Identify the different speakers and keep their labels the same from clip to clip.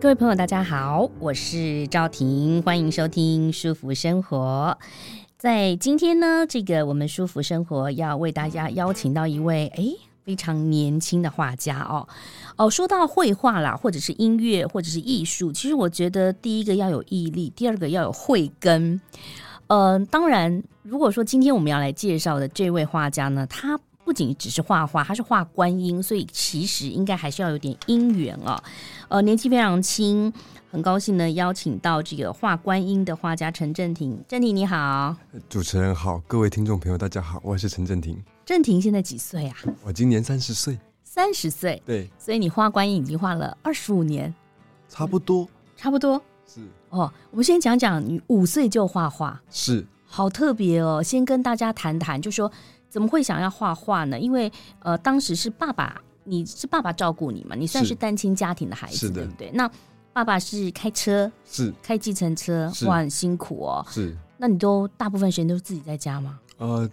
Speaker 1: 各位朋友，大家好，我是赵婷，欢迎收听《舒服生活》。在今天呢，这个我们舒服生活要为大家邀请到一位诶非常年轻的画家哦哦，说到绘画啦，或者是音乐，或者是艺术，其实我觉得第一个要有毅力，第二个要有慧根。呃，当然，如果说今天我们要来介绍的这位画家呢，他不仅只是画画，他是画观音，所以其实应该还是要有点因缘哦。呃，年纪非常轻，很高兴呢邀请到这个画观音的画家陈正廷。正廷你好，
Speaker 2: 主持人好，各位听众朋友大家好，我是陈正廷，
Speaker 1: 正廷现在几岁啊？
Speaker 2: 我今年三十岁，
Speaker 1: 三十岁，
Speaker 2: 对，
Speaker 1: 所以你画观音已经画了二十五年，
Speaker 2: 差不多
Speaker 1: 差不多
Speaker 2: 是
Speaker 1: 哦。我们先讲讲你五岁就画画，
Speaker 2: 是
Speaker 1: 好特别哦。先跟大家谈谈，就说怎么会想要画画呢？因为呃，当时是爸爸，你是爸爸照顾你嘛，你算
Speaker 2: 是
Speaker 1: 是单亲家庭的孩子，
Speaker 2: 是的
Speaker 1: 对不对？那爸爸是开车，
Speaker 2: 是
Speaker 1: 开计程车，
Speaker 2: 是
Speaker 1: 哇，很辛苦哦。
Speaker 2: 是，
Speaker 1: 那你都大部分时间都是自己在家吗？
Speaker 2: 呃，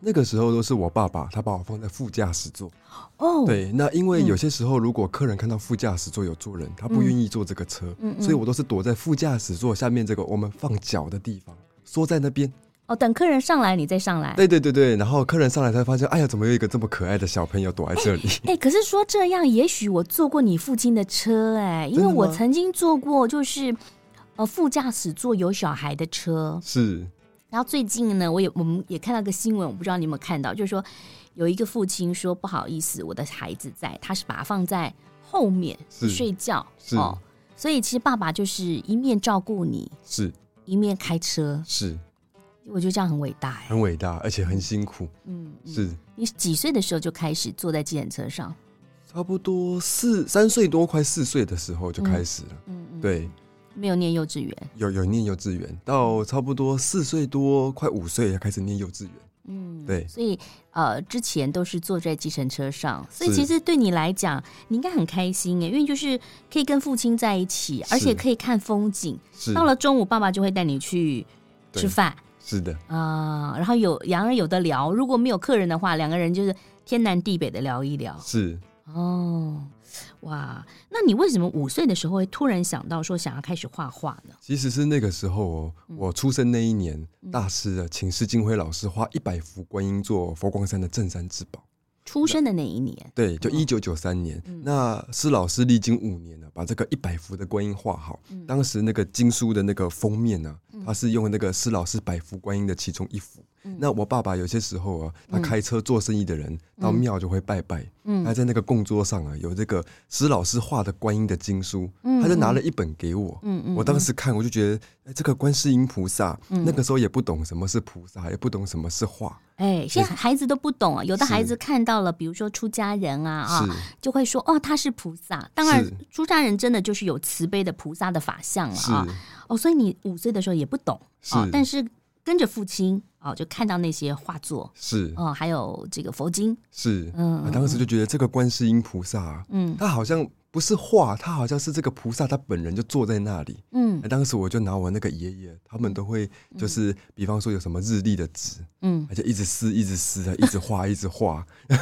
Speaker 2: 那个时候都是我爸爸，他把我放在副驾驶座，
Speaker 1: 哦，，
Speaker 2: 对，那因为
Speaker 1: 嗯
Speaker 2: 有些时候如果客人看到副驾驶座有坐人，他不
Speaker 1: 嗯
Speaker 2: 愿意坐这个车，
Speaker 1: 嗯嗯
Speaker 2: 所以我都是躲在副驾驶座下面这个我们放脚的地
Speaker 1: 嗯
Speaker 2: 方。缩在那边，
Speaker 1: 哦，等客人上来你再上来。
Speaker 2: 对对对对，然后客人上来才发现，哎呀，怎么有一个这么可爱的小朋友躲在 这里？
Speaker 1: 哎、可是说这样，也许我坐过你父亲的车、哎，因为
Speaker 2: 真的
Speaker 1: 我
Speaker 2: 吗
Speaker 1: 曾经坐过，就是呃副驾驶座有小孩的车。
Speaker 2: 是
Speaker 1: 然后最近呢，我也我们也看到个新闻，我不知道你有没有看到，就是说有一个父亲说不好意思，我的孩子在，他是把他放在后面
Speaker 2: 是
Speaker 1: 睡觉
Speaker 2: 是
Speaker 1: 哦，所以其实爸爸就是一面照顾你，
Speaker 2: 是
Speaker 1: 一面开车，
Speaker 2: 是，
Speaker 1: 我觉得这样很伟大哎、
Speaker 2: 很伟大，而且很辛苦。
Speaker 1: 嗯，嗯
Speaker 2: 是，
Speaker 1: 你几岁的时候就开始坐在计程车上？
Speaker 2: 差不多四三岁多，快四岁的时候就开始了。
Speaker 1: 嗯嗯，，
Speaker 2: 对，
Speaker 1: 没有念幼稚园。
Speaker 2: 有有念幼稚园，到差不多四岁多，快五岁才开始念幼稚园。
Speaker 1: 嗯，
Speaker 2: 对
Speaker 1: 所以呃，之前都是坐在计程车上，所以
Speaker 2: 是
Speaker 1: 其实对你来讲，你应该很开心耶，欸因为就是可以跟父亲在一起，而且
Speaker 2: 是
Speaker 1: 可以看风景。
Speaker 2: 是，
Speaker 1: 到了中午，爸爸就会带你去
Speaker 2: 对
Speaker 1: 吃饭
Speaker 2: 是的，
Speaker 1: 啊、然后有两人有的聊，如果没有客人的话，两个人就是天南地北的聊一聊。
Speaker 2: 是
Speaker 1: 哦，哇，那你为什么五岁的时候会突然想到说想要开始画画呢？
Speaker 2: 其实是那个时候哦，我出生那一年，
Speaker 1: 嗯
Speaker 2: 大师的请示金辉老师花一百幅观音做佛光山的镇山之宝。
Speaker 1: 出生的那一年，
Speaker 2: 对，就一九九三年，
Speaker 1: 嗯
Speaker 2: 那施老师历经五年呢、把这个一百幅的观音画好。
Speaker 1: 嗯
Speaker 2: 当时那个经书的那个封面呢、它是用那个施老师百幅观音的其中一幅。
Speaker 1: 嗯
Speaker 2: 那我爸爸有些时候啊，他开车做生意的人、
Speaker 1: 嗯
Speaker 2: 到庙就会拜拜，他在那个供桌上啊有这个施老师画的观音的经书，
Speaker 1: 嗯
Speaker 2: 他就拿了一本给我。我当时看我就觉得，哎，这个观世音菩萨，
Speaker 1: 嗯
Speaker 2: 那个时候也不懂什么是菩萨，也不懂什么是画，
Speaker 1: 哎，现在孩子都不懂啊，有的孩子看到了，比如说出家人啊啊
Speaker 2: 是，
Speaker 1: 就会说哦他是菩萨。当然
Speaker 2: 是，
Speaker 1: 出家人真的就是有慈悲的菩萨的法相了
Speaker 2: 是
Speaker 1: 啊。哦，所以你五岁的时候也不懂啊
Speaker 2: 是，
Speaker 1: 但是跟着父亲哦，就看到那些画作
Speaker 2: 是。
Speaker 1: 哦，还有这个佛经，
Speaker 2: 是，
Speaker 1: 嗯
Speaker 2: 嗯，当时就觉得这个观世音菩萨、啊，
Speaker 1: 嗯
Speaker 2: 嗯，他好像不是画，他好像是这个菩萨，他本人就坐在那里。
Speaker 1: 嗯
Speaker 2: 那当时我就拿我那个爷爷，他们都会就是，比方说有什么日历的纸，
Speaker 1: 嗯，
Speaker 2: 而且一直撕，一直撕啊，一直画，一直画，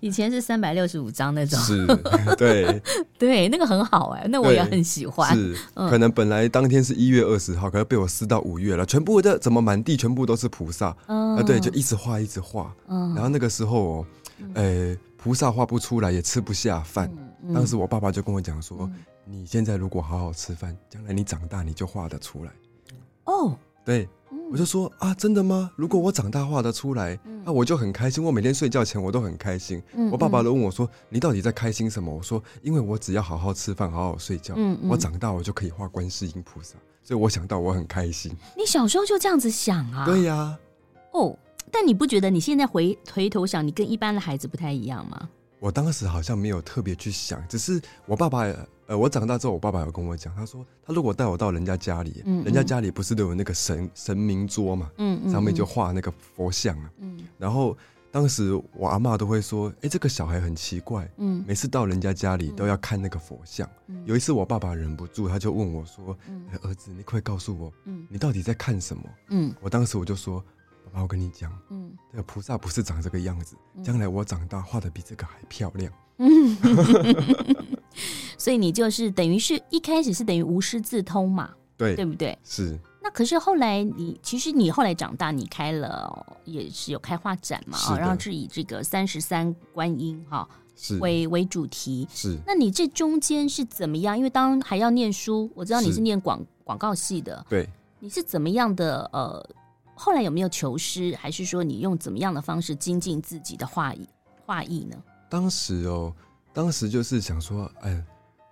Speaker 1: 以前是三百六十五章那种，
Speaker 2: 是， 对，
Speaker 1: 对，那个很好哎，那我也很喜欢。
Speaker 2: 是，可能本来当天是一月二十号，可是被我撕到五月了，全部的怎么满地全部都是菩萨，
Speaker 1: 嗯
Speaker 2: 啊，对，就一直画一直画。
Speaker 1: 嗯
Speaker 2: 然后那个时候哦，呃，菩萨画不出来，也吃不下饭。
Speaker 1: 嗯
Speaker 2: 当时我爸爸就跟我讲说：“你现在如果好好吃饭，将来你长大你就画得出来。
Speaker 1: 哦，
Speaker 2: 对”我就说：“啊，真的吗？如果我长大画得出来，
Speaker 1: 嗯
Speaker 2: 那、我就很开心。我每天睡觉前我都很开心。我爸
Speaker 1: 嗯
Speaker 2: 爸都问我说：“你到底在开心什么？”我说：“因为我只要好好吃饭，好好睡觉，
Speaker 1: 嗯嗯
Speaker 2: 我长大我就可以画观世音菩萨。”所以我想到我很开心。
Speaker 1: 你小时候就这样子想啊？
Speaker 2: 对呀、
Speaker 1: 哦，但你不觉得你现在回回头想，你跟一般的孩子不太一样吗？
Speaker 2: 我当时好像没有特别去想，只是我爸爸，呃，我长大之后，我爸爸有跟我讲，他说他如果带我到人家家里，
Speaker 1: 嗯嗯
Speaker 2: 人家家里不是都有那个神神明桌嘛，
Speaker 1: 嗯嗯，
Speaker 2: 上面就画那个佛像啊。
Speaker 1: 嗯
Speaker 2: 然后当时我阿嬷都会说，哎、这个小孩很奇怪，
Speaker 1: 嗯
Speaker 2: 每次到人家家里都要看那个佛像。
Speaker 1: 嗯
Speaker 2: 有一次我爸爸忍不住，他就问我说，
Speaker 1: 嗯
Speaker 2: 哎儿子，你快告诉我，
Speaker 1: 嗯
Speaker 2: 你到底在看什么？
Speaker 1: 嗯
Speaker 2: 我当时我就说，爸爸，我跟你讲，
Speaker 1: 嗯
Speaker 2: 这个菩萨不是长这个样子，
Speaker 1: 嗯
Speaker 2: 将来我长大画的比这个还漂亮。
Speaker 1: 嗯，所以你就是等于是一开始是等于无师自通嘛，
Speaker 2: 对，
Speaker 1: 对不对？
Speaker 2: 是
Speaker 1: 那可是后来你，其实你后来长大，你开了也是有开画展嘛，
Speaker 2: 是
Speaker 1: 哦，
Speaker 2: 的
Speaker 1: 然后是以这个三十三观音哈、
Speaker 2: 是
Speaker 1: 为为主题。
Speaker 2: 是，
Speaker 1: 那你这中间是怎么样？因为当还要念书，我知道你
Speaker 2: 是
Speaker 1: 是念广广告系的，
Speaker 2: 对，
Speaker 1: 你是怎么样的？呃，后来有没有求师，还是说你用怎么样的方式精进自己的画艺画艺呢？
Speaker 2: 当时哦，当时就是想说，哎，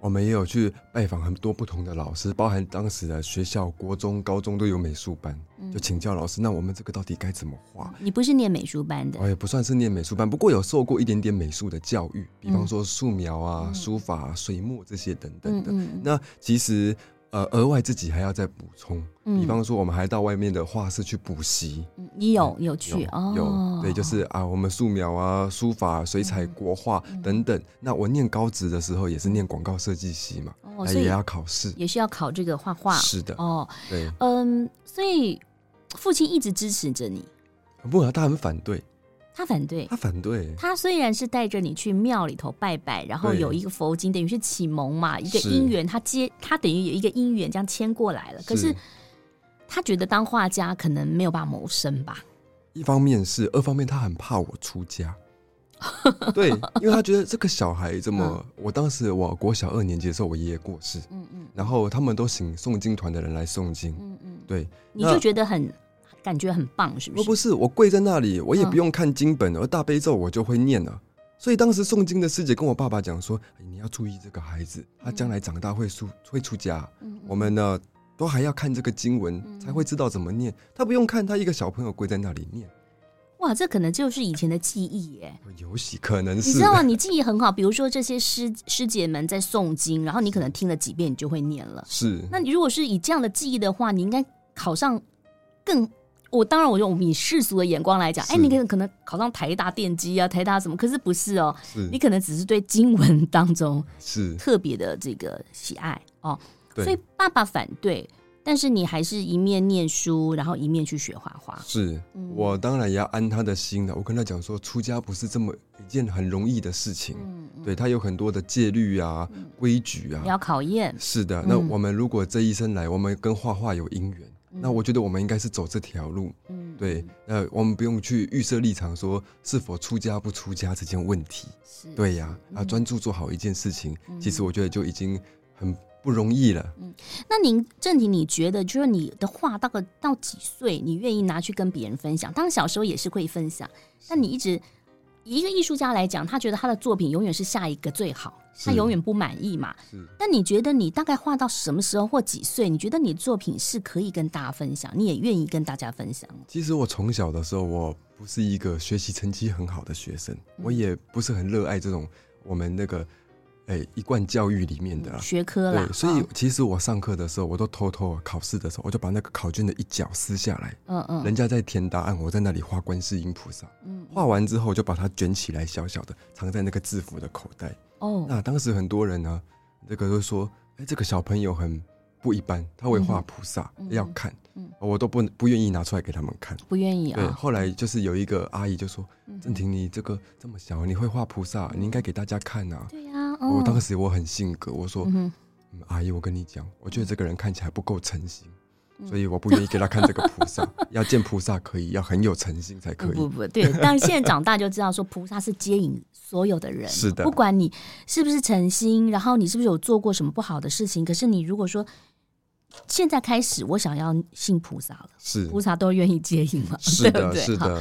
Speaker 2: 我们也有去拜访很多不同的老师，包含当时的学校、国中、高中都有美术班，
Speaker 1: 嗯
Speaker 2: 就请教老师，那我们这个到底该怎么画？
Speaker 1: 你不是念美术班的，
Speaker 2: 我也不算是念美术班，不过有受过一点点美术的教育，比方
Speaker 1: 嗯
Speaker 2: 说素描啊、
Speaker 1: 嗯
Speaker 2: 书法、啊、水墨这些等等
Speaker 1: 嗯
Speaker 2: 的。
Speaker 1: 嗯，
Speaker 2: 那其实呃，额外自己还要再补充，
Speaker 1: 嗯
Speaker 2: 比方说我们还到外面的画室去补习。
Speaker 1: 嗯你有有去哦，
Speaker 2: 有对，就是啊，我们素描啊、书法、水彩、
Speaker 1: 嗯
Speaker 2: 国画等等。那我念高职的时候也是念广告设计系嘛，
Speaker 1: 哦，
Speaker 2: 那
Speaker 1: 所
Speaker 2: 也
Speaker 1: 以
Speaker 2: 要考试。
Speaker 1: 也是要考这个画画
Speaker 2: 哎是的，
Speaker 1: 哦，
Speaker 2: 对。
Speaker 1: 嗯，所以父亲一直支持着你，
Speaker 2: 不过他很反对，
Speaker 1: 他反对。
Speaker 2: 他反对，
Speaker 1: 他虽然是带着你去庙里头拜拜，然后
Speaker 2: 对
Speaker 1: 有一个佛经，等于是启蒙嘛，一个
Speaker 2: 是
Speaker 1: 姻缘，他接他等于有一个姻缘这样牵过来了。可是他觉得当画家可能没有办法谋生吧？
Speaker 2: 一方面是，二方面他很怕我出 家。对，因为他觉得这个小孩这么，我当时我国小二年级的时候，我爷爷过世，
Speaker 1: 嗯嗯
Speaker 2: 然后他们都请诵经团的人来诵经。
Speaker 1: 嗯嗯，
Speaker 2: 对，
Speaker 1: 你
Speaker 2: 那
Speaker 1: 就觉得很感觉很棒，是不
Speaker 2: 我
Speaker 1: 是？
Speaker 2: 不是，我跪在那里，我也
Speaker 1: 嗯
Speaker 2: 不用看经本，而大悲咒我就会念了。所以当时诵经的师姐跟我爸爸讲说：“哎你要注意这个孩子，他将来长大会出会出家。
Speaker 1: 嗯
Speaker 2: 我们呢，都还要看这个经
Speaker 1: 嗯
Speaker 2: 文才会知道怎么念。他不用看，他一个小朋友跪在那里念，
Speaker 1: 哇，这可能就是以前的记忆耶。
Speaker 2: 有喜可能
Speaker 1: 你
Speaker 2: 是
Speaker 1: 知道吗？你记忆很好，比如说这些师师姐们在诵经，然后你可能听了几遍，你就会念了。
Speaker 2: 是
Speaker 1: 那你如果是以这样的记忆的话，你应该考上更……我当然，我用以世俗的眼光来讲，哎，
Speaker 2: 是
Speaker 1: 你可能可能考上台大电机啊，台大什么？可是不是哦，你
Speaker 2: 是
Speaker 1: 可能只是对经文当中
Speaker 2: 是，
Speaker 1: 特别的这个喜爱哦。所以
Speaker 2: 对
Speaker 1: 爸爸反对，但是你还是一面念书，然后一面去学画画。
Speaker 2: 是
Speaker 1: 嗯。
Speaker 2: 我当然也要安他的心啊了。我跟他讲说，出家不是这么一件很容易的事情，
Speaker 1: 嗯，嗯
Speaker 2: 对他有很多的戒律啊、规矩啊
Speaker 1: 你，要考验，
Speaker 2: 是的
Speaker 1: 嗯，
Speaker 2: 那我们如果这一生来，我们跟画画有因缘，
Speaker 1: 嗯
Speaker 2: 那我觉得我们应该是走这条路。
Speaker 1: 嗯，
Speaker 2: 对，那我们不用去预设立场，说是否出家不出家这件问题。
Speaker 1: 是，
Speaker 2: 对呀、啊，
Speaker 1: 嗯
Speaker 2: 专注做好一件事情，
Speaker 1: 嗯
Speaker 2: 其实我觉得就已经很不容易了。
Speaker 1: 那您正题，你觉得就是你的画到个到几岁，你愿意拿去跟别人分享？当然小时候也是会分享，但你一直以一个艺术家来讲，他觉得他的作品永远是下一个最好，他
Speaker 2: 是
Speaker 1: 永远不满意嘛。
Speaker 2: 是
Speaker 1: 那你觉得你大概画到什么时候或几岁，你觉得你的作品是可以跟大家分享，你也愿意跟大家分享？
Speaker 2: 其实我从小的时候，我不是一个学习成绩很好的学生，
Speaker 1: 嗯
Speaker 2: 我也不是很热爱这种我们那个，哎，一贯教育里面的啦。
Speaker 1: 学科嗯啦，
Speaker 2: 啊对，所以
Speaker 1: 哦
Speaker 2: 其实我上课的时候，我都偷偷啊考试的时候，我就把那个考卷的一角撕下来，
Speaker 1: 嗯嗯，
Speaker 2: 人家在填答案，我在那里画观世音菩萨。
Speaker 1: 嗯
Speaker 2: 画完之后就把它卷起来，小小的藏在那个制服的口袋。
Speaker 1: 哦，
Speaker 2: 那当时很多人呢，这个都说，哎，这个小朋友很不一般，他会画菩萨，
Speaker 1: 嗯
Speaker 2: 要看，
Speaker 1: 嗯
Speaker 2: 我都不不愿意拿出来给他们看。
Speaker 1: 不愿意
Speaker 2: 对，
Speaker 1: 啊，嗯
Speaker 2: 后来就是有一个阿姨就说：“郑婷，你这个这么小，你会画菩萨，你应该给大家看啊。
Speaker 1: 对呀、哦，
Speaker 2: 我当时我很性格，我说
Speaker 1: 嗯哼
Speaker 2: 嗯阿姨，我跟你讲，我觉得这个人看起来不够诚心，
Speaker 1: 嗯
Speaker 2: 所以我不愿意给他看这个菩 萨。要见菩萨可以，要很有诚心才可
Speaker 1: 不不
Speaker 2: 以。
Speaker 1: 不，对。但现在长 大就知道，说菩萨是接引所有的人，
Speaker 2: 是的
Speaker 1: 不管你是不是诚心，然后你是不是有做过什么不好的事情，可是你如果说现在开始，我想要信菩萨了，
Speaker 2: 是
Speaker 1: 菩萨都愿意接引嘛，
Speaker 2: 是
Speaker 1: 对不
Speaker 2: 的，
Speaker 1: 对？
Speaker 2: 是
Speaker 1: 好。
Speaker 2: 的，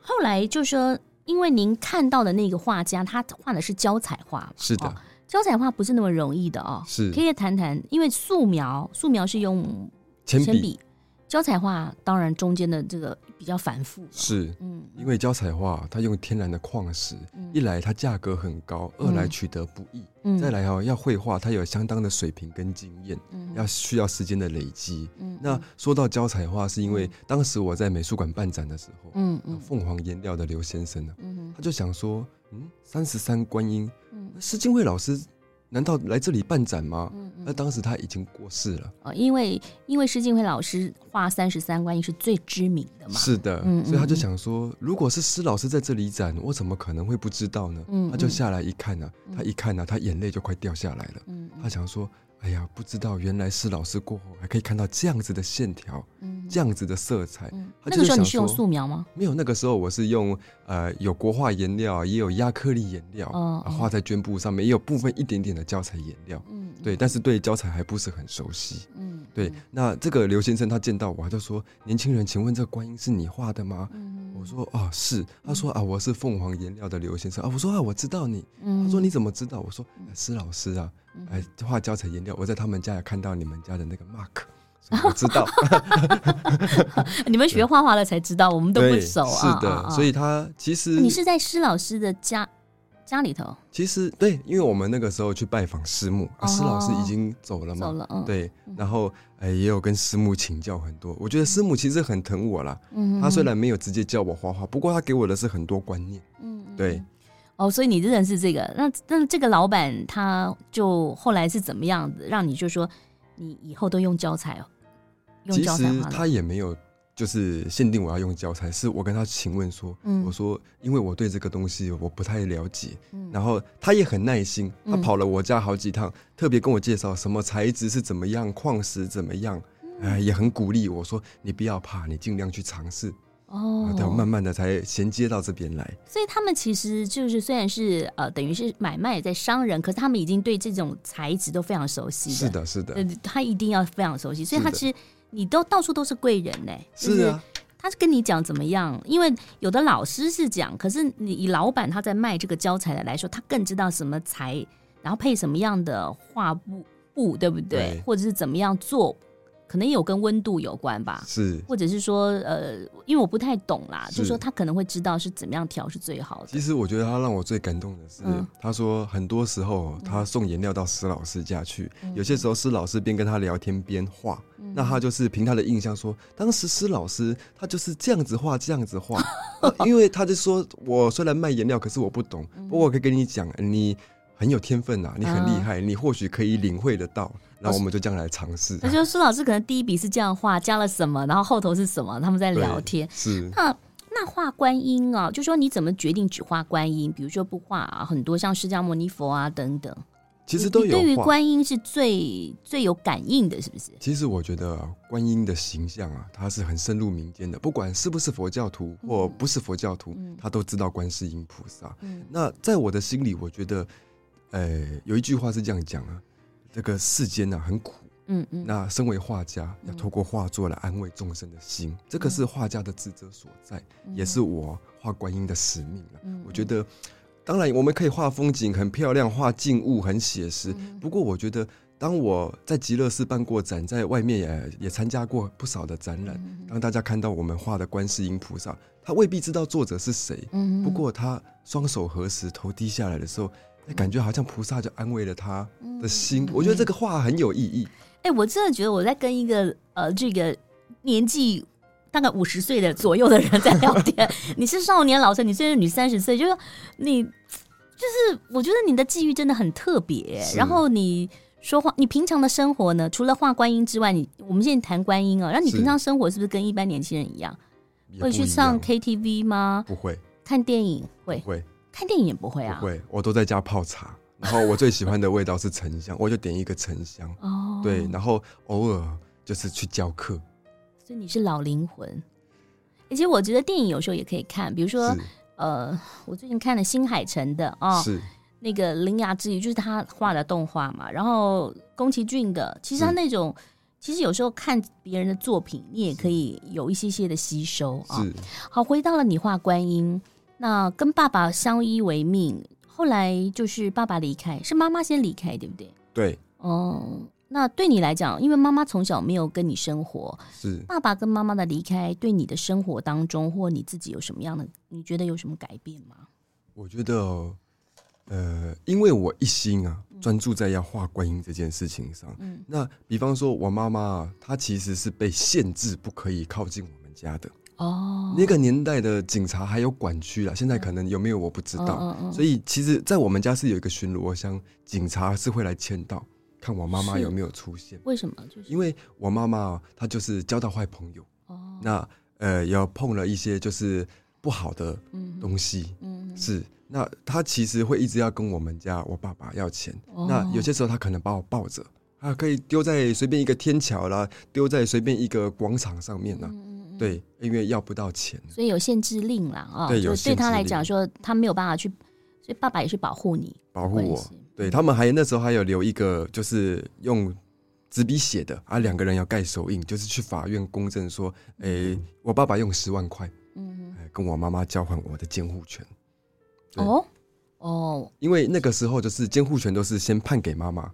Speaker 1: 后来就说，因为您看到的那个画家，他画的是胶彩画嘛，
Speaker 2: 是的
Speaker 1: 哦，胶彩画不是那么容易的哦。
Speaker 2: 是
Speaker 1: 可以谈谈，因为素描，素描是用
Speaker 2: 铅
Speaker 1: 铅
Speaker 2: 笔
Speaker 1: 笔，教彩画当然中间的这个比较繁复了，
Speaker 2: 是
Speaker 1: 嗯，
Speaker 2: 因为胶彩画它用天然的矿石，
Speaker 1: 嗯
Speaker 2: 一来它价格很高，二来取得不易，
Speaker 1: 嗯
Speaker 2: 再来哈、哦要绘画它有相当的水平跟经验，
Speaker 1: 嗯
Speaker 2: 要需要时间的累积。
Speaker 1: 嗯
Speaker 2: 那说到胶彩画，是因为当时我在美术馆办展的时候，
Speaker 1: 嗯
Speaker 2: 那
Speaker 1: 嗯
Speaker 2: 凤凰颜料的刘先生呢、
Speaker 1: 嗯
Speaker 2: 他就想说，嗯，三十三观音，
Speaker 1: 嗯
Speaker 2: 施金惠老师难道来这里办展吗？
Speaker 1: 嗯嗯
Speaker 2: 那当时他已经过世了，
Speaker 1: 哦，因为因为施静辉老师画三十三观音是最知名的嘛，
Speaker 2: 是的，
Speaker 1: 嗯
Speaker 2: 所以他就
Speaker 1: 嗯嗯
Speaker 2: 想说，如果是施老师在这里展，我怎么可能会不知道呢？
Speaker 1: 嗯
Speaker 2: 他就
Speaker 1: 嗯
Speaker 2: 下来一看呢、他一看呢、啊他眼泪就快掉下来了。
Speaker 1: 嗯
Speaker 2: 他想说，哎呀，不知道原来施老师过后还可以看到这样子的线条，
Speaker 1: 嗯
Speaker 2: 这样子的色彩。
Speaker 1: 嗯，
Speaker 2: 他
Speaker 1: 那
Speaker 2: 就
Speaker 1: 个时候
Speaker 2: 想
Speaker 1: 你是用
Speaker 2: 说
Speaker 1: 素描吗？
Speaker 2: 没有，那个时候我是用呃有国画颜料，也有亚克力颜料，
Speaker 1: 哦
Speaker 2: 啊画在绢布上面，也有部分一点点的胶彩颜料。
Speaker 1: 嗯，
Speaker 2: 对，但是对胶彩还不是很熟悉。
Speaker 1: 嗯，
Speaker 2: 对，那这个刘先生他见到我，他就说：“年轻人，请问这观音是你画的吗？”
Speaker 1: 嗯，
Speaker 2: 我说：“啊，是。”他说：“啊，我是凤凰颜料的刘先生啊。”我说：“啊，我知道你。”
Speaker 1: 嗯，
Speaker 2: 他
Speaker 1: 他
Speaker 2: 说：“你怎么知道？”我说：“哎施老师啊，哎，画胶彩颜料，我在他们家也看到你们家的那个 mark，所以我知道。
Speaker 1: 你们学画画了才知道，我 们都不
Speaker 2: 对，
Speaker 1: 熟啊，
Speaker 2: 是
Speaker 1: 啊啊哦
Speaker 2: 的，所以他其实
Speaker 1: 你是在施老师的家家里头
Speaker 2: 其实对，因为我们那个时候去拜访师母，啊、施老师已经走了
Speaker 1: 哦
Speaker 2: 嘛，
Speaker 1: 走了，嗯，，
Speaker 2: 对，然后哎、也有跟师母请教很多。我觉得师母其实很疼我啦，
Speaker 1: 嗯，
Speaker 2: 她虽然没有直接教我画画，不过她给我的是很多观念。
Speaker 1: 嗯，
Speaker 2: 对，
Speaker 1: 哦，所以你认识这个，那那这个老板他就后来是怎么样的，让你就说你以后都用教材哦，用
Speaker 2: 其
Speaker 1: 教材
Speaker 2: 实
Speaker 1: 画了，
Speaker 2: 她也没有就是限定我要用教材，是我跟她询问说，
Speaker 1: 嗯
Speaker 2: 我说因为我对这个东西我不太了解，
Speaker 1: 嗯
Speaker 2: 然后她也很耐心，她
Speaker 1: 嗯
Speaker 2: 跑了我家好几趟，特别跟我介绍什么材质是怎么样，矿石怎么样。
Speaker 1: 嗯
Speaker 2: 哎，也很鼓励我说：“你不要怕，你尽量去尝试。”啊，
Speaker 1: 哦，
Speaker 2: 对，慢慢的才衔接到这边来。
Speaker 1: 所以他们其实就是虽然是呃，等于是买卖在商人，可是他们已经对这种材质都非常熟悉
Speaker 2: 是
Speaker 1: 的，
Speaker 2: 的，是的，
Speaker 1: 呃，他一定要非常熟悉，所以
Speaker 2: 是
Speaker 1: 他
Speaker 2: 的
Speaker 1: 其实你都到处都是贵人呢、就是
Speaker 2: 啊，
Speaker 1: 他是跟你讲怎么样？因为有的老师是讲，可是你以老板他在卖这个教材的来说，他更知道什么材，然后配什么样的画布布，对不对？
Speaker 2: 对
Speaker 1: 或者是怎么样做，可能也有跟温度有关吧，
Speaker 2: 是。
Speaker 1: 或者是说，呃，因为我不太懂啦，
Speaker 2: 是
Speaker 1: 就说他可能会知道是怎么样调是最好
Speaker 2: 其
Speaker 1: 的。
Speaker 2: 实我觉得他让我最感动的是
Speaker 1: 嗯，
Speaker 2: 他说很多时候哦他送颜料到施老师家去，
Speaker 1: 嗯
Speaker 2: 有些时候施老师边跟他聊天边画，那他就是凭他的印象说，当时施老师他就是这样子画，这样子画，呃因为他就说我虽然卖颜料，可是我不懂，
Speaker 1: 嗯
Speaker 2: 不过我可以跟你讲，你。很有天分呐、啊你很厉害，你或许可以领会得到，然后我们就这样来尝试。
Speaker 1: 哦那就是苏老师可能第一笔是这样画，加了什么，然后后头是什么，他们在
Speaker 2: 对
Speaker 1: 聊天。
Speaker 2: 是
Speaker 1: 那那画观音啊，就说你怎么决定只画观音？比如说不画、啊、很多像释迦牟尼佛啊等等。
Speaker 2: 其实
Speaker 1: 你
Speaker 2: 都
Speaker 1: 你
Speaker 2: 有
Speaker 1: 对于
Speaker 2: 画。
Speaker 1: 观音是最最有感应的，是不是？
Speaker 2: 其实我觉得观音的形象啊，它是很深入民间的，不管是不是佛教徒或不是佛教徒，他都知道观世音菩萨。
Speaker 1: 嗯
Speaker 2: 那在我的心里，我觉得，呃，有一句话是这样讲啊，这个世间啊很苦，
Speaker 1: 嗯嗯
Speaker 2: 那身为画家，要透过画作来安慰众生的心，
Speaker 1: 嗯
Speaker 2: 这个是画家的职责所在，也是我画观音的使命了、
Speaker 1: 嗯
Speaker 2: 我觉得，当然我们可以画风景很漂亮，画静物很写实，
Speaker 1: 嗯
Speaker 2: 不过我觉得。当我在极乐寺办过展，在外面也也参加过不少的展览。
Speaker 1: 嗯
Speaker 2: 当大家看到我们画的观世音菩萨，他未必知道作者是谁，
Speaker 1: 嗯
Speaker 2: 不过他双手合十，头低下来的时候，那感觉好像菩萨就安慰了他
Speaker 1: 嗯
Speaker 2: 的心。我觉得这个画很有意义。
Speaker 1: 哎、我真的觉得我在跟一个呃这个年纪大概五十岁的左右的人在聊 天。你是少年老成，你虽然你三十岁，就是你就是我觉得你的际遇真的很特别。
Speaker 2: 是
Speaker 1: 然后你说话，你平常的生活呢，除了画观音之外，你我们现在谈观音啊，那你
Speaker 2: 是
Speaker 1: 平常生活是不是跟一般年轻人一样，
Speaker 2: 也
Speaker 1: 会
Speaker 2: 不
Speaker 1: 去
Speaker 2: 一
Speaker 1: 上
Speaker 2: 样
Speaker 1: KTV 吗？
Speaker 2: 不会，
Speaker 1: 看电影
Speaker 2: 不
Speaker 1: 会，
Speaker 2: 会，
Speaker 1: 看电影也不会
Speaker 2: 不
Speaker 1: 啊。
Speaker 2: 会，我都在家泡茶。然后我最喜欢的味道是沉香，我就点一个沉香。
Speaker 1: 哦，
Speaker 2: 对，然后偶尔就是去教课，
Speaker 1: 所以你是老灵魂。而且我觉得电影有时候也可以看，比如说
Speaker 2: 是
Speaker 1: 呃，我最近看了新海诚的啊、哦，
Speaker 2: 是
Speaker 1: 那个《铃芽之旅》，就是他画的动画嘛，然后宫崎骏的，其实他
Speaker 2: 是
Speaker 1: 那种。其实有时候看别人的作品，你也可以有一些些的吸收啊。
Speaker 2: 是，
Speaker 1: 好，回到了你画观音，那跟爸爸相依为命，后来就是爸爸离开，是妈妈先离开，对不对？
Speaker 2: 对，
Speaker 1: 哦，那对你来讲，因为妈妈从小没有跟你生活，
Speaker 2: 是
Speaker 1: 爸爸跟妈妈的离开，对你的生活当中或你自己有什么样的，你觉得有什么改变吗？
Speaker 2: 我觉得哦，呃，因为我一心啊专注在要画观音这件事情上，
Speaker 1: 嗯
Speaker 2: 那比方说我妈妈啊，她其实是被限制不可以靠近我们家的。
Speaker 1: 哦，
Speaker 2: 那个年代的警察还有管区啊，现在可能有没有我不知道。
Speaker 1: 嗯嗯嗯嗯
Speaker 2: 所以其实，在我们家是有一个巡逻箱，警察是会来签到，看我妈妈
Speaker 1: 是
Speaker 2: 有没有出现。
Speaker 1: 为什么？就是
Speaker 2: 因为我妈妈啊她就是交到坏朋友，
Speaker 1: 哦，
Speaker 2: 那呃有碰了一些就是不好的
Speaker 1: 嗯哼
Speaker 2: 东西，
Speaker 1: 嗯哼
Speaker 2: 是那她其实会一直要跟我们家我爸爸要钱。
Speaker 1: 哦
Speaker 2: 那有些时候她可能把我抱着，啊可以丢在随便一个天桥啦，丢在随便一个广场上面啦，
Speaker 1: 嗯嗯嗯
Speaker 2: 对，因为要不到钱。
Speaker 1: 所以有限制令啦啊，
Speaker 2: 对
Speaker 1: 就
Speaker 2: 有
Speaker 1: 对
Speaker 2: 限
Speaker 1: 他
Speaker 2: 制
Speaker 1: 来
Speaker 2: 令
Speaker 1: 讲说，他没有办法去，所以爸爸也是保护你，
Speaker 2: 保护
Speaker 1: 关
Speaker 2: 我
Speaker 1: 系。嗯
Speaker 2: 对他们还那时候还有留一个，就是用纸笔写的啊，两个人要盖手印，就是去法院公证说，诶、我爸爸用十万块，
Speaker 1: 嗯
Speaker 2: 诶跟我妈妈交换我的监护权，
Speaker 1: 哼，
Speaker 2: 对
Speaker 1: 哦哦
Speaker 2: 因为那个时候就是监护权都是先判给妈妈，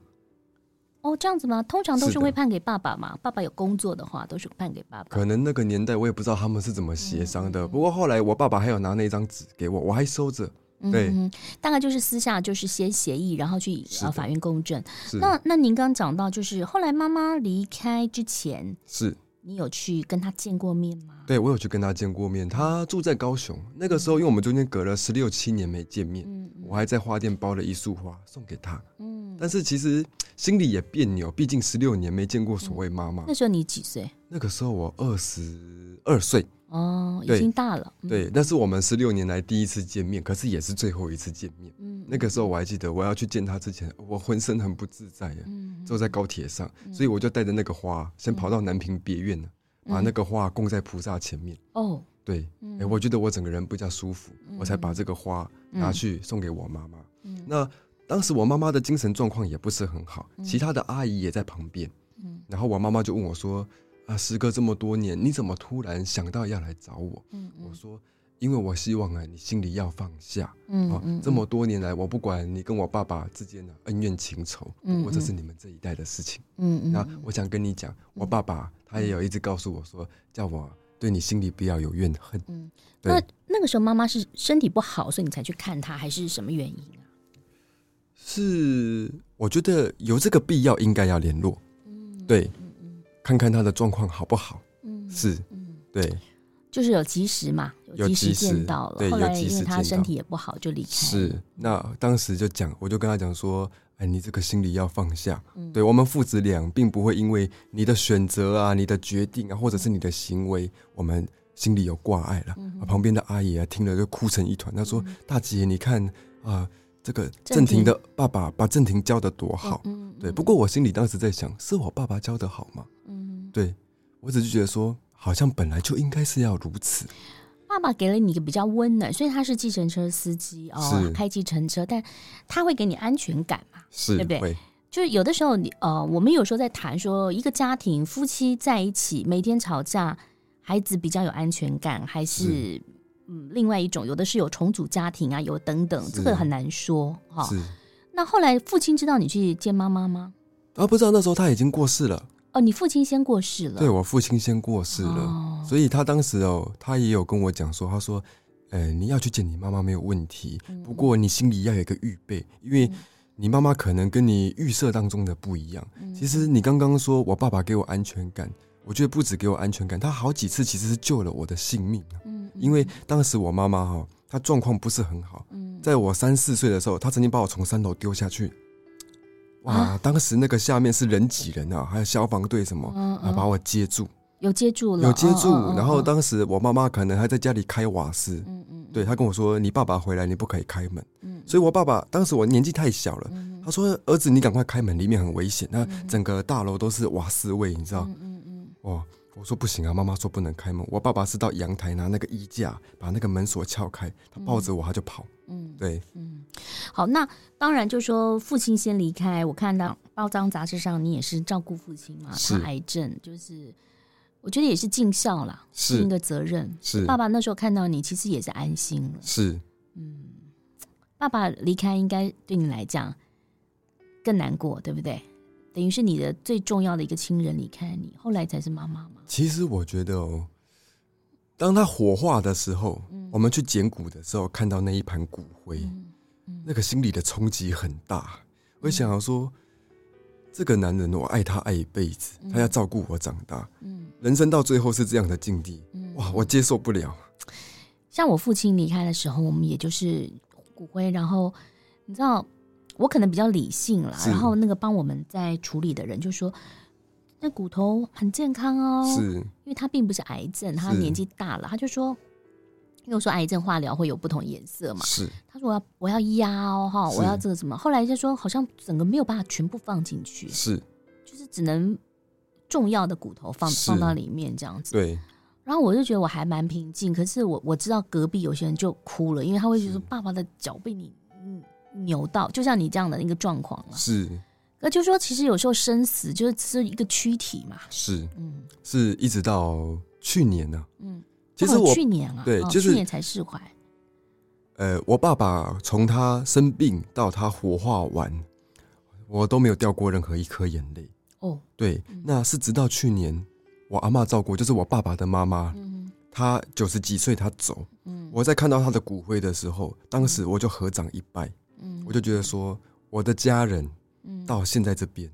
Speaker 1: 哦，这样子吗？通常都
Speaker 2: 是
Speaker 1: 是
Speaker 2: 的
Speaker 1: 会判给爸爸嘛，爸爸有工作的话，都是判给爸爸
Speaker 2: 可。能那个年代我也不知道他们是怎么协商
Speaker 1: 嗯
Speaker 2: 的，不过后来我爸爸还有拿那张纸给我，我还收着，对
Speaker 1: 嗯哼，大概就是私下就是先协议，然后去
Speaker 2: 是
Speaker 1: 呃
Speaker 2: 的
Speaker 1: 法院公证。
Speaker 2: 是
Speaker 1: 那那您刚讲到，就是后来妈妈离开之前，
Speaker 2: 是。
Speaker 1: 你有去跟她见过面吗？
Speaker 2: 对，我有去跟他见过面，他住在高雄。那个时候，因为我们中间隔了十六七年没见面，
Speaker 1: 嗯嗯
Speaker 2: 我还在花店包了一束花送给他。
Speaker 1: 嗯，
Speaker 2: 但是其实心里也别扭，毕竟十六年没见过所谓妈妈
Speaker 1: 那。时候你几岁？
Speaker 2: 那个时候我二十二岁，
Speaker 1: 哦，已
Speaker 2: 对
Speaker 1: 经大了。嗯，
Speaker 2: 对，那是我们十六年来第一次见面，可是也是最后一次见面。
Speaker 1: 嗯
Speaker 2: 那个时候我还记得，我要去见他之前，我浑身很不自在耶，
Speaker 1: 嗯
Speaker 2: 坐在高铁上，所以我就带着那个花，先跑到南屏别院了，
Speaker 1: 嗯
Speaker 2: 把那个花供在菩萨前面。
Speaker 1: 哦，
Speaker 2: 对，哎，我觉得我整个人比较舒服，我才
Speaker 1: 嗯
Speaker 2: 把这个花拿去送给我妈妈。那当时我妈妈的精神状况也不是很好，其他的阿姨也在旁边。
Speaker 1: 嗯
Speaker 2: 然后我妈妈就问我说：“啊，时隔这么多年，你怎么突然想到要来找我？”
Speaker 1: 嗯
Speaker 2: 我说：“因为我希望啊，你心里要放下。
Speaker 1: 嗯
Speaker 2: 啊
Speaker 1: 嗯，，
Speaker 2: 这么多年来，我不管你跟我爸爸之间的恩怨情仇，
Speaker 1: 嗯
Speaker 2: 不过这是你们这一代的事情。
Speaker 1: 嗯嗯
Speaker 2: 那我想跟你讲，我爸爸他也有一直告诉我说，叫我对你心里不要有怨恨。
Speaker 1: 嗯
Speaker 2: 对
Speaker 1: 那那个时候妈妈是身体不好，所以你才去看她，还是什么原因啊？
Speaker 2: 是，我觉得有这个必要，应该要联络，
Speaker 1: 嗯，
Speaker 2: 对
Speaker 1: 嗯嗯
Speaker 2: 看看他的状况好不好。
Speaker 1: 嗯
Speaker 2: 是，
Speaker 1: 嗯，
Speaker 2: 对，
Speaker 1: 就是有及时嘛，
Speaker 2: 有
Speaker 1: 及时
Speaker 2: 及时
Speaker 1: 见到了。
Speaker 2: 对
Speaker 1: 后
Speaker 2: 有
Speaker 1: 来
Speaker 2: 及
Speaker 1: 因为
Speaker 2: 时
Speaker 1: 她
Speaker 2: 见
Speaker 1: 身
Speaker 2: 到
Speaker 1: 体也不好，就离开。，
Speaker 2: 是。那当时就讲，我就跟他讲说，哎，你这个心里要放下。
Speaker 1: 嗯
Speaker 2: 对我们父子俩并不会因为你的选择啊、你的决定啊，或者是你的行为，我们心里有挂碍了。
Speaker 1: 嗯
Speaker 2: 啊旁边的阿姨啊，听了就哭成一团，她说：“大姐，你看啊、这个
Speaker 1: 郑
Speaker 2: 郑
Speaker 1: 婷
Speaker 2: 婷的爸爸把郑婷教的多好。
Speaker 1: 嗯，
Speaker 2: 对，不过我心里当时在想，是我爸爸教的好吗？
Speaker 1: 嗯，
Speaker 2: 对我只是觉得说，好像本来就应该是要如此。
Speaker 1: 爸爸给了你一个比较温暖，所以他是计程车司机哦
Speaker 2: 是，
Speaker 1: 开计程车，但他会给你安全感嘛？
Speaker 2: 是
Speaker 1: 对不对？就是有的时候你呃，我们有时候在谈说一个家庭夫妻在一起每天吵架，孩子比较有安全感，还是
Speaker 2: 是
Speaker 1: 嗯另外一种，有的是有重组家庭啊，有等等，
Speaker 2: 是
Speaker 1: 这个很难说哈。
Speaker 2: 是
Speaker 1: 那后来父亲知道你去见妈妈吗？
Speaker 2: 啊，不知道那时候他已经过世了，
Speaker 1: 哦，你父亲先过世了，
Speaker 2: 对我父亲先过世了，
Speaker 1: 哦
Speaker 2: 所以他当时哦，他也有跟我讲说，他说，呃，你要去见你妈妈没有问题，
Speaker 1: 嗯
Speaker 2: 不过你心里要有一个预备，因为你妈妈可能跟你预设当中的不一样。
Speaker 1: 嗯
Speaker 2: 其实你刚刚说我爸爸给我安全感，我觉得不止给我安全感，他好几次其实是救了我的性命啊、
Speaker 1: 嗯
Speaker 2: 因为当时我妈妈哈、她状况不是很好，
Speaker 1: 嗯
Speaker 2: 在我三四岁的时候，她曾经把我从三楼丢下去。哇！
Speaker 1: 啊
Speaker 2: 当时那个下面是人挤人啊，还有消防队什么，
Speaker 1: 嗯
Speaker 2: 啊，把我接住，
Speaker 1: 有接住了，
Speaker 2: 有接住。
Speaker 1: 哦哦哦
Speaker 2: 然后
Speaker 1: 哦
Speaker 2: 当时我妈妈可能还在家里开瓦斯，
Speaker 1: 嗯嗯嗯
Speaker 2: 对她跟我说：“你爸爸回来，你不可以开门。
Speaker 1: 嗯”
Speaker 2: 所以，我爸爸当时我年纪太小了，
Speaker 1: 嗯
Speaker 2: 他说：“儿子，你赶快开门，里面很危险。”那整个大楼都是瓦斯味，你知道？
Speaker 1: 嗯嗯嗯
Speaker 2: 哇！我说不行啊，妈妈说不能开门。我爸爸是到阳台拿那个衣架把那个门锁撬开，他抱着我他就跑。
Speaker 1: 嗯
Speaker 2: 对，
Speaker 1: 嗯，好，那当然就说父亲先离开。我看到报章杂志上你也是照顾父亲嘛，他
Speaker 2: 是
Speaker 1: 癌症，就是我觉得也是尽孝啦，
Speaker 2: 是
Speaker 1: 尽一个责任。
Speaker 2: 是
Speaker 1: 爸爸那时候看到你，其实也是安心了。
Speaker 2: 是
Speaker 1: 爸爸离开，应该对你来讲更难过，对不对？得等于是你的最重要的一个亲人离开你，后来才是妈妈嘛。
Speaker 2: 其实我觉得哦，当它火化的时候，
Speaker 1: 嗯
Speaker 2: 我们去捡骨的时候，看到那一盘骨灰，
Speaker 1: 嗯
Speaker 2: 那个心理的冲击很大。我想要说，这个男人我爱他爱一辈子，
Speaker 1: 嗯
Speaker 2: 他要照顾我长大，人生到最后是这样的境地，
Speaker 1: 嗯
Speaker 2: 哇，我接受不了。
Speaker 1: 像我父亲离开的时候，我们也就是骨灰，然后你知道，我可能比较理性啦，
Speaker 2: 是
Speaker 1: 然后那个帮我们在处理的人就说，那骨头很健康哦，
Speaker 2: 是
Speaker 1: 因为他并不是癌症，他
Speaker 2: 是
Speaker 1: 年纪大了，他就说，因为我说癌症化疗会有不同颜色嘛，
Speaker 2: 是，
Speaker 1: 他说我要我要压哦哈，
Speaker 2: 是
Speaker 1: 我要这个什么，后来就说好像整个没有办法全部放进去，
Speaker 2: 是，
Speaker 1: 就是只能重要的骨头放
Speaker 2: 是
Speaker 1: 放到里面这样子。
Speaker 2: 对，
Speaker 1: 然后我就觉得我还蛮平静，可是我我知道隔壁有些人就哭了，因为他会觉得说
Speaker 2: 是
Speaker 1: 爸爸的脚被你嗯扭到，就像你这样的一个状况了。
Speaker 2: 是，
Speaker 1: 那就说其实有时候生死就是只是一个躯体嘛，
Speaker 2: 是，
Speaker 1: 嗯
Speaker 2: 是一直到去年呢、啊
Speaker 1: 嗯。
Speaker 2: 其实
Speaker 1: 那
Speaker 2: 我
Speaker 1: 去年啊，
Speaker 2: 对
Speaker 1: 哦
Speaker 2: 就是
Speaker 1: 去年才释怀，
Speaker 2: 呃，我爸爸从他生病到他火化完，我都没有掉过任何一颗眼泪。
Speaker 1: 哦，
Speaker 2: 对，那是直到去年，我阿嬷照顾，就是我爸爸的妈妈，
Speaker 1: 嗯
Speaker 2: 她九十几岁，她走。
Speaker 1: 嗯
Speaker 2: 我在看到她的骨灰的时候，当时我就合掌一拜，
Speaker 1: 嗯
Speaker 2: 我就觉得说，我的家人
Speaker 1: 嗯
Speaker 2: 到现在这边，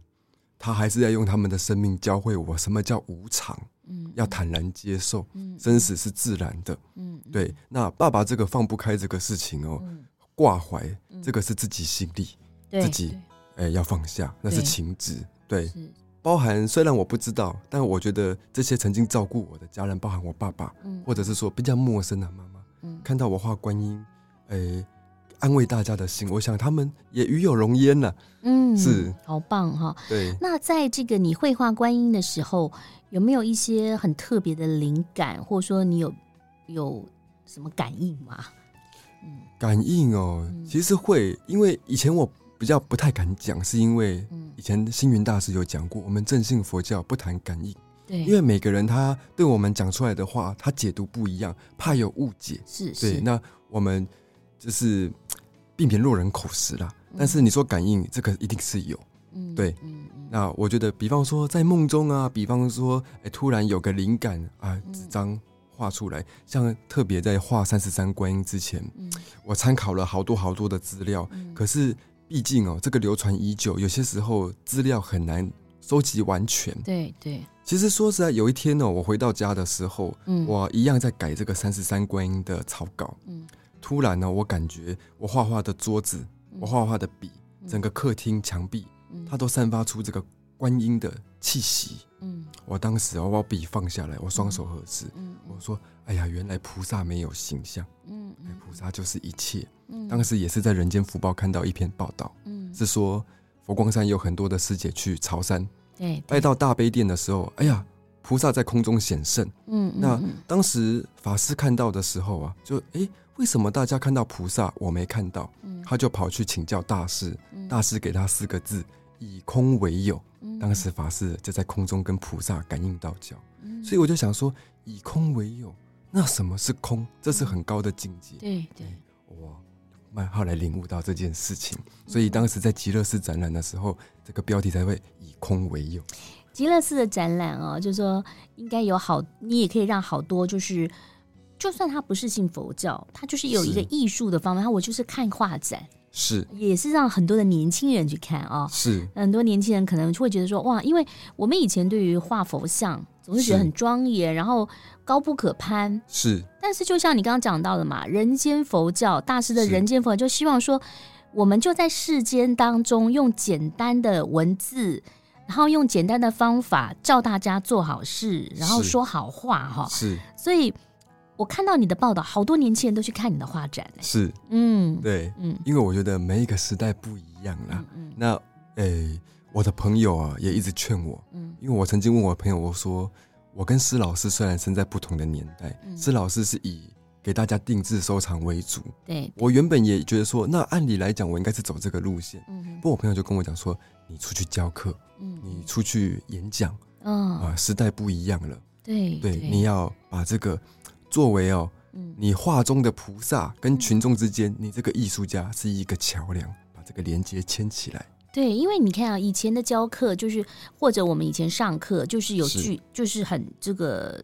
Speaker 2: 他还是在用他们的生命教会我什么叫无常，
Speaker 1: 嗯
Speaker 2: 要坦然接受，
Speaker 1: 嗯
Speaker 2: 生死是自然的。
Speaker 1: 嗯
Speaker 2: 对，那爸爸这个放不开这个事情哦，
Speaker 1: 嗯
Speaker 2: 挂怀
Speaker 1: 嗯
Speaker 2: 这个是自己心力，
Speaker 1: 对
Speaker 2: 自己哎、要放下，那是
Speaker 1: 对
Speaker 2: 情志。对
Speaker 1: 对，是
Speaker 2: 包含虽然我不知道，但我觉得这些曾经照顾我的家人，包含我爸爸，
Speaker 1: 嗯
Speaker 2: 或者是说比较陌生的妈妈，
Speaker 1: 嗯
Speaker 2: 看到我画观音，哎、安慰大家的心，我想他们也与有荣焉了、
Speaker 1: 嗯
Speaker 2: 是
Speaker 1: 好棒哈。
Speaker 2: 对，
Speaker 1: 那在这个你绘画观音的时候，有没有一些很特别的灵感，或者说你有有什么感应吗？
Speaker 2: 感应哦，
Speaker 1: 嗯
Speaker 2: 其实会，因为以前我比较不太敢讲，是因为
Speaker 1: 嗯
Speaker 2: 以前星云大师有讲过，我们正信佛教不谈感应。
Speaker 1: 对，
Speaker 2: 因为每个人他对我们讲出来的话，他解读不一样，怕有误解。
Speaker 1: 是是
Speaker 2: 对，那我们就是嘖避免落人口实啦。但是你说感应，这个一定是有。
Speaker 1: 嗯
Speaker 2: 对
Speaker 1: 嗯嗯
Speaker 2: 那我觉得，比方说在梦中啊，比方说，哎、突然有个灵感啊，
Speaker 1: 嗯
Speaker 2: 纸张画出来，像特别在画三十三观音之前，
Speaker 1: 嗯
Speaker 2: 我参考了好多好多的资料，
Speaker 1: 嗯
Speaker 2: 可是毕竟哦，这个流传已久，有些时候资料很难收集完全。
Speaker 1: 对对
Speaker 2: 其实说实在，有一天哦呢，我回到家的时候，
Speaker 1: 嗯
Speaker 2: 我一样在改这个三十三观音的草稿。
Speaker 1: 嗯
Speaker 2: 突然呢，我感觉我画画的桌子、
Speaker 1: 嗯
Speaker 2: 我画画的笔、整个客厅墙壁，它都散发出这个观音的气息。
Speaker 1: 嗯
Speaker 2: 我当时哦我把笔放下来，我双手合十，
Speaker 1: 嗯
Speaker 2: 我说：“哎呀，原来菩萨没有形象，
Speaker 1: 嗯
Speaker 2: 哎菩萨就是一切。”
Speaker 1: 嗯
Speaker 2: 当时也是在《人间福报》看到一篇报道，
Speaker 1: 嗯
Speaker 2: 是说佛光山有很多的师姐去潮山
Speaker 1: 对
Speaker 2: 拜到大悲殿的时候，哎呀，菩萨在空中显圣。
Speaker 1: 嗯
Speaker 2: 那
Speaker 1: 嗯
Speaker 2: 当时法师看到的时候啊，就诶，为什么大家看到菩萨，我没看到？
Speaker 1: 嗯
Speaker 2: 他就跑去请教大师，
Speaker 1: 嗯
Speaker 2: 大师给他四个字：以空为有。
Speaker 1: 嗯
Speaker 2: 当时法师就在空中跟菩萨感应道交，
Speaker 1: 嗯
Speaker 2: 所以我就想说，以空为有，那什么是空？这是很高的境界。
Speaker 1: 对对
Speaker 2: 我慢后来领悟到这件事情，
Speaker 1: 嗯
Speaker 2: 所以当时在极乐寺展览的时候，这个标题才会以空为有。
Speaker 1: 极乐寺的展览哦，就是说应该有好，你也可以让好多就是，就算他不是信佛教，他就是有一个
Speaker 2: 是
Speaker 1: 艺术的方面，他我就是看画展，
Speaker 2: 是
Speaker 1: 也是让很多的年轻人去看哦。
Speaker 2: 是
Speaker 1: 很多年轻人可能会觉得说，哇，因为我们以前对于画佛像总是觉得
Speaker 2: 是
Speaker 1: 很庄严，然后高不可攀。
Speaker 2: 是
Speaker 1: 但是就像你刚刚讲到的嘛，人间佛教大师的
Speaker 2: 是
Speaker 1: 人间佛教就希望说，我们就在世间当中用简单的文字，然后用简单的方法教大家做好事，然后
Speaker 2: 是
Speaker 1: 说好话哈。
Speaker 2: 是
Speaker 1: 所以我看到你的报道，好多年轻人都去看你的画展、欸、
Speaker 2: 是，
Speaker 1: 嗯，
Speaker 2: 对，
Speaker 1: 嗯
Speaker 2: 因为我觉得每一个时代不一样啦。那诶、我的朋友啊也一直劝我，
Speaker 1: 嗯
Speaker 2: 因为我曾经问我朋友，我说我跟施老师虽然生在不同的年代，
Speaker 1: 嗯
Speaker 2: 施老师是以给大家定制收藏为主，
Speaker 1: 对，
Speaker 2: 我原本也觉得说，那按理来讲我应该是走这个路线，
Speaker 1: 嗯
Speaker 2: 不过我朋友就跟我讲说，你出去教课，
Speaker 1: 嗯
Speaker 2: 你出去演讲
Speaker 1: 嗯，
Speaker 2: 啊，时代不一样了，
Speaker 1: 对
Speaker 2: 对，你要把这个作为哦。
Speaker 1: 嗯
Speaker 2: 你画中的菩萨跟群众之间，你这个艺术家是一个桥梁，把这个连接牵起来。
Speaker 1: 对，因为你看啊，以前的教课就是，或者我们以前上课就是有
Speaker 2: 是
Speaker 1: 剧，就是很这个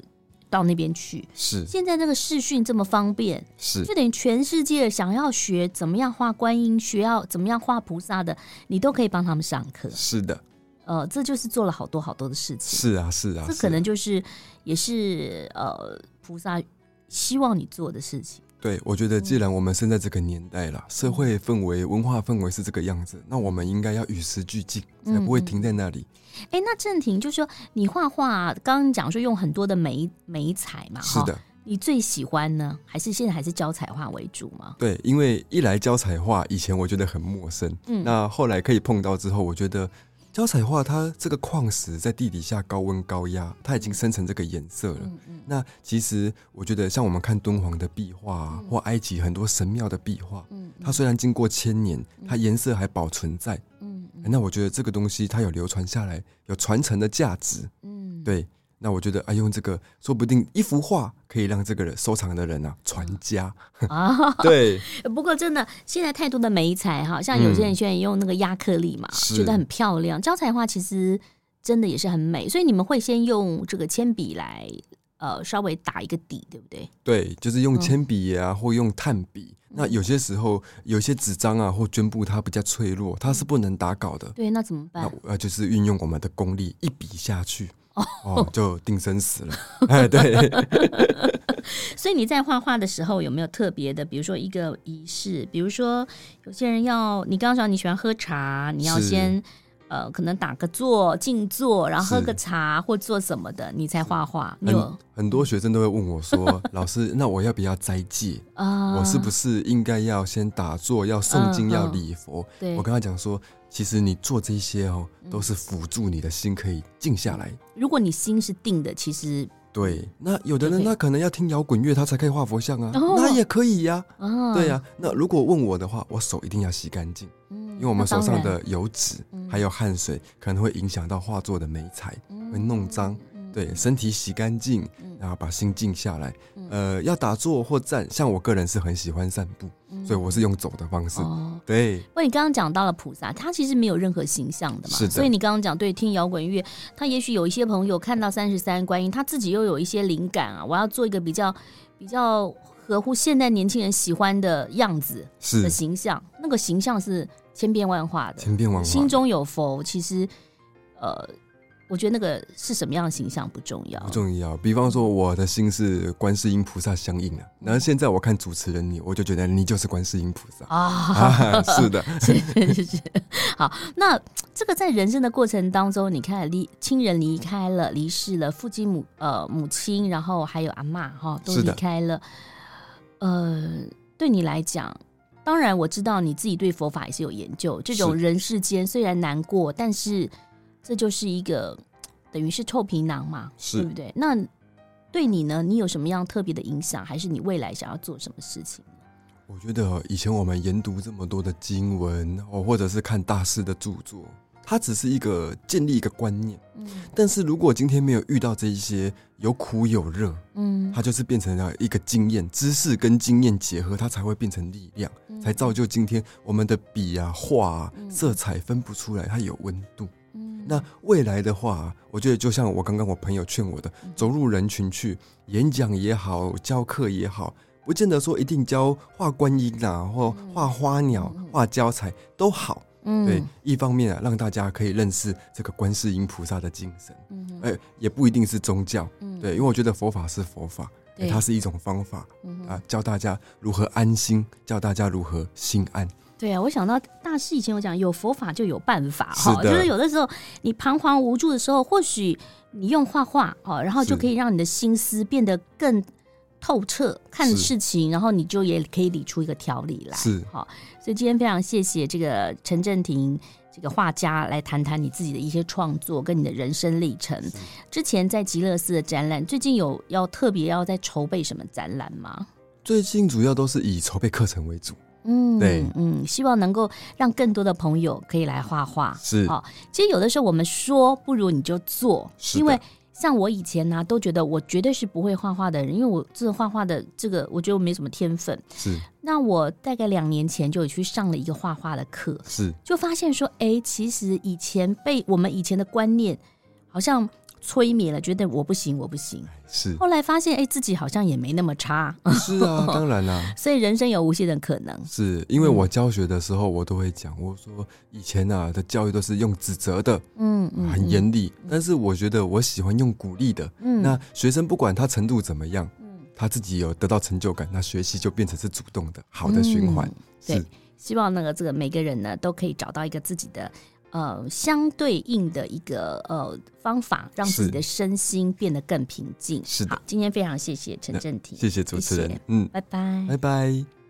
Speaker 1: 到那边去。
Speaker 2: 是
Speaker 1: 现在这个视讯这么方便，
Speaker 2: 是
Speaker 1: 就等于全世界想要学怎么样画观音，学要怎么样画菩萨的，你都可以帮他们上课。
Speaker 2: 是的，
Speaker 1: 呃，这就是做了好多好多的事情。
Speaker 2: 是啊是啊，
Speaker 1: 这
Speaker 2: 是
Speaker 1: 可
Speaker 2: 啊
Speaker 1: 能就是也是呃菩萨希望你做的事情。
Speaker 2: 对，我觉得
Speaker 1: 嗯
Speaker 2: 既然我们生在这个年代了，社会氛围、文化氛围是这个样子，那我们应该要与时俱进，才不会
Speaker 1: 嗯
Speaker 2: 停在那里。
Speaker 1: 哎，那正廷就说你画画，刚刚讲说用很多的媒媒材嘛，
Speaker 2: 是
Speaker 1: 哈
Speaker 2: 的，
Speaker 1: 你最喜欢呢？还是现在还是教彩画为主吗？
Speaker 2: 对，因为一来教彩画，以前我觉得很陌生，
Speaker 1: 嗯
Speaker 2: 那后来可以碰到之后，我觉得。胶彩画，它这个矿石在地底下高温高压，它已经生成这个颜色了。
Speaker 1: 嗯嗯
Speaker 2: 那其实我觉得，像我们看敦煌的壁画、啊或埃及很多神庙的壁画，
Speaker 1: 嗯
Speaker 2: 它虽然经过千年，它颜色还保存在。
Speaker 1: 嗯嗯
Speaker 2: 那我觉得这个东西它有流传下来，有传承的价值。
Speaker 1: 嗯，
Speaker 2: 对，那我觉得啊，用这个，说不定一幅画可以让这个人收藏的人啊传家。
Speaker 1: 嗯啊。
Speaker 2: 对，
Speaker 1: 不过真的，现在太多的媒材哈，像有些人
Speaker 2: 嗯
Speaker 1: 喜欢用那个亚克力嘛，
Speaker 2: 是
Speaker 1: 觉得很漂亮。教材画其实真的也是很美，所以你们会先用这个铅笔来呃稍微打一个底，对不对？
Speaker 2: 对，就是用
Speaker 1: 嗯
Speaker 2: 铅笔啊，或用炭笔。那有些时候，有些纸张啊或绢布它比较脆弱，它
Speaker 1: 嗯
Speaker 2: 是不能打稿的。
Speaker 1: 对，那怎么办
Speaker 2: 那？呃，就是运用我们的功力，一笔下去，哦，就定生死了。哎，对，
Speaker 1: 所以你在画画的时候有没有特别的，比如说一个仪式？比如说有些人要，你刚刚说你喜欢喝茶，你要
Speaker 2: 是
Speaker 1: 先呃可能打个坐、静坐，然后喝
Speaker 2: 是
Speaker 1: 个茶或做什么的，你才画画。 你有嗯
Speaker 2: 很很多学生都会问我说：“ 老师，那我要不要斋戒？
Speaker 1: 啊？
Speaker 2: 我是不是应该要先打坐，要诵经，
Speaker 1: 嗯
Speaker 2: 要
Speaker 1: 嗯
Speaker 2: 礼佛？”
Speaker 1: 对嗯
Speaker 2: 我？跟他讲说，其实你做这些哦，都是辅助你的心可以静下来。
Speaker 1: 如果你心是定的，其实
Speaker 2: 对，那有的
Speaker 1: 就可
Speaker 2: 人
Speaker 1: 以
Speaker 2: 他可能要听摇滚乐，他才可以画佛像啊，
Speaker 1: 哦
Speaker 2: 那也可以呀、
Speaker 1: 啊，
Speaker 2: 对呀、那如果问我的话，我手一定要洗干净，
Speaker 1: 嗯，因
Speaker 2: 因为我们手上的油脂
Speaker 1: 嗯
Speaker 2: 还有汗水可能会影响到画作的美彩，
Speaker 1: 嗯
Speaker 2: 会弄脏。对，身体洗干净，然后把心静下来。
Speaker 1: 嗯
Speaker 2: 呃，要打坐或站，像我个人是很喜欢散步，所以我是用走的方
Speaker 1: 嗯
Speaker 2: 式。
Speaker 1: 哦。
Speaker 2: 对，
Speaker 1: 不过你刚刚讲到了菩萨，他其实没有任何形象的嘛，
Speaker 2: 是的
Speaker 1: 所以你刚刚讲对，听摇滚乐，他也许有一些朋友看到三十三观音，他自己又有一些灵感啊，我要做一个比较比较合乎现代年轻人喜欢的样子的
Speaker 2: 是
Speaker 1: 形象，那个形象是千变万化的，
Speaker 2: 千变万化。
Speaker 1: 心中有佛，其实呃，我觉得那个是什么样的形象不重要，
Speaker 2: 不重要。比方说，我的心是观世音菩萨相应的、然后现在我看主持人你，我就觉得你就是观世音菩萨。
Speaker 1: 啊。
Speaker 2: 啊，是的，
Speaker 1: 是是是是，好，那这个在人生的过程当中，你看离亲人离开了，离世了，父亲母呃母亲，然后还有阿嬷哈，都
Speaker 2: 是
Speaker 1: 离
Speaker 2: 的
Speaker 1: 开了。呃，对你来讲，当然我知道你自己对佛法也是有研究，这种
Speaker 2: 是
Speaker 1: 人世间虽然难过，但是这就是一个等于是臭皮囊嘛，
Speaker 2: 是
Speaker 1: 对不对？那对你呢，你有什么样特别的影响，还是你未来想要做什么事情？
Speaker 2: 我觉得哦以前我们研读这么多的经文，哦，或者是看大师的著作，它只是一个建立一个观念。
Speaker 1: 嗯
Speaker 2: 但是如果今天没有遇到这一些有苦有热，
Speaker 1: 嗯
Speaker 2: 它就是变成了一个经验，知识跟经验结合，它才会变成力量，
Speaker 1: 嗯
Speaker 2: 才造就今天我们的笔啊、画啊、色彩分不出来，它有温度。
Speaker 1: 嗯
Speaker 2: 那未来的话，我觉得就像我刚刚我朋友劝我的，
Speaker 1: 嗯
Speaker 2: 走入人群去演讲也好，教课也好，不见得说一定教画观音啊，或画花鸟、画胶彩都好。
Speaker 1: 嗯
Speaker 2: 对，一方面啊，让大家可以认识这个观世音菩萨的精神，
Speaker 1: 嗯哼
Speaker 2: 哎、也不一定是宗教，
Speaker 1: 嗯
Speaker 2: 对，因为我觉得佛法是佛法，哎
Speaker 1: 对
Speaker 2: 它是一种方法
Speaker 1: 嗯哼
Speaker 2: 啊，教大家如何安心，教大家如何心安。
Speaker 1: 对啊，我想到大师以前有讲，有佛法就有办法哈，
Speaker 2: 是
Speaker 1: 就
Speaker 2: 的
Speaker 1: 是有的时候你彷徨无助的时候，或许你用画画哦，然后就是可以让你的心思变得更透彻，看
Speaker 2: 是
Speaker 1: 事情，然后你就也可以理出一个条理来。
Speaker 2: 是
Speaker 1: 好、所以今天非常谢谢这个陈正廷这个画家来谈谈你自己的一些创作跟你的人生历程。之前在极乐寺的展览，最近有要特别要在筹备什么展览吗？
Speaker 2: 最近主要都是以筹备课程为主，
Speaker 1: 嗯，
Speaker 2: 对
Speaker 1: 嗯，希望能够让更多的朋友可以来画画。
Speaker 2: 是
Speaker 1: 好、其实有的时候我们说不如你就做，
Speaker 2: 是的
Speaker 1: 因为像我以前呢、都觉得我绝对是不会画画的人，因为我这画画的这个，我觉得我没什么天分。
Speaker 2: 是
Speaker 1: 那我大概两年前就有去上了一个画画的课，
Speaker 2: 是
Speaker 1: 就发现说，哎，其实以前被我们以前的观念好像催眠了，觉得我不行，我不行。
Speaker 2: 是
Speaker 1: 后来发现，哎，自己好像也没那么差，
Speaker 2: 是啊，当然啦、
Speaker 1: 所以人生有无限的可能。
Speaker 2: 是因为
Speaker 1: 嗯
Speaker 2: 我教学的时候，我都会讲，我说以前啊的教育都是用指责的，
Speaker 1: 嗯
Speaker 2: 啊很严厉，但是我觉得我喜欢用鼓励的。
Speaker 1: 嗯
Speaker 2: 那学生不管他程度怎么样，他自己有得到成就感，那学习就变成是主动的，好的循环。
Speaker 1: 嗯对
Speaker 2: 是
Speaker 1: 希望那个这个每个人呢都可以找到一个自己的呃相对应的一个呃方法，让自己的身心变得更平静。
Speaker 2: 是的
Speaker 1: 好，今天非常谢谢陈正廷，
Speaker 2: 谢谢主
Speaker 1: 谢
Speaker 2: 持
Speaker 1: 谢
Speaker 2: 人，嗯，
Speaker 1: 拜拜
Speaker 2: 拜拜。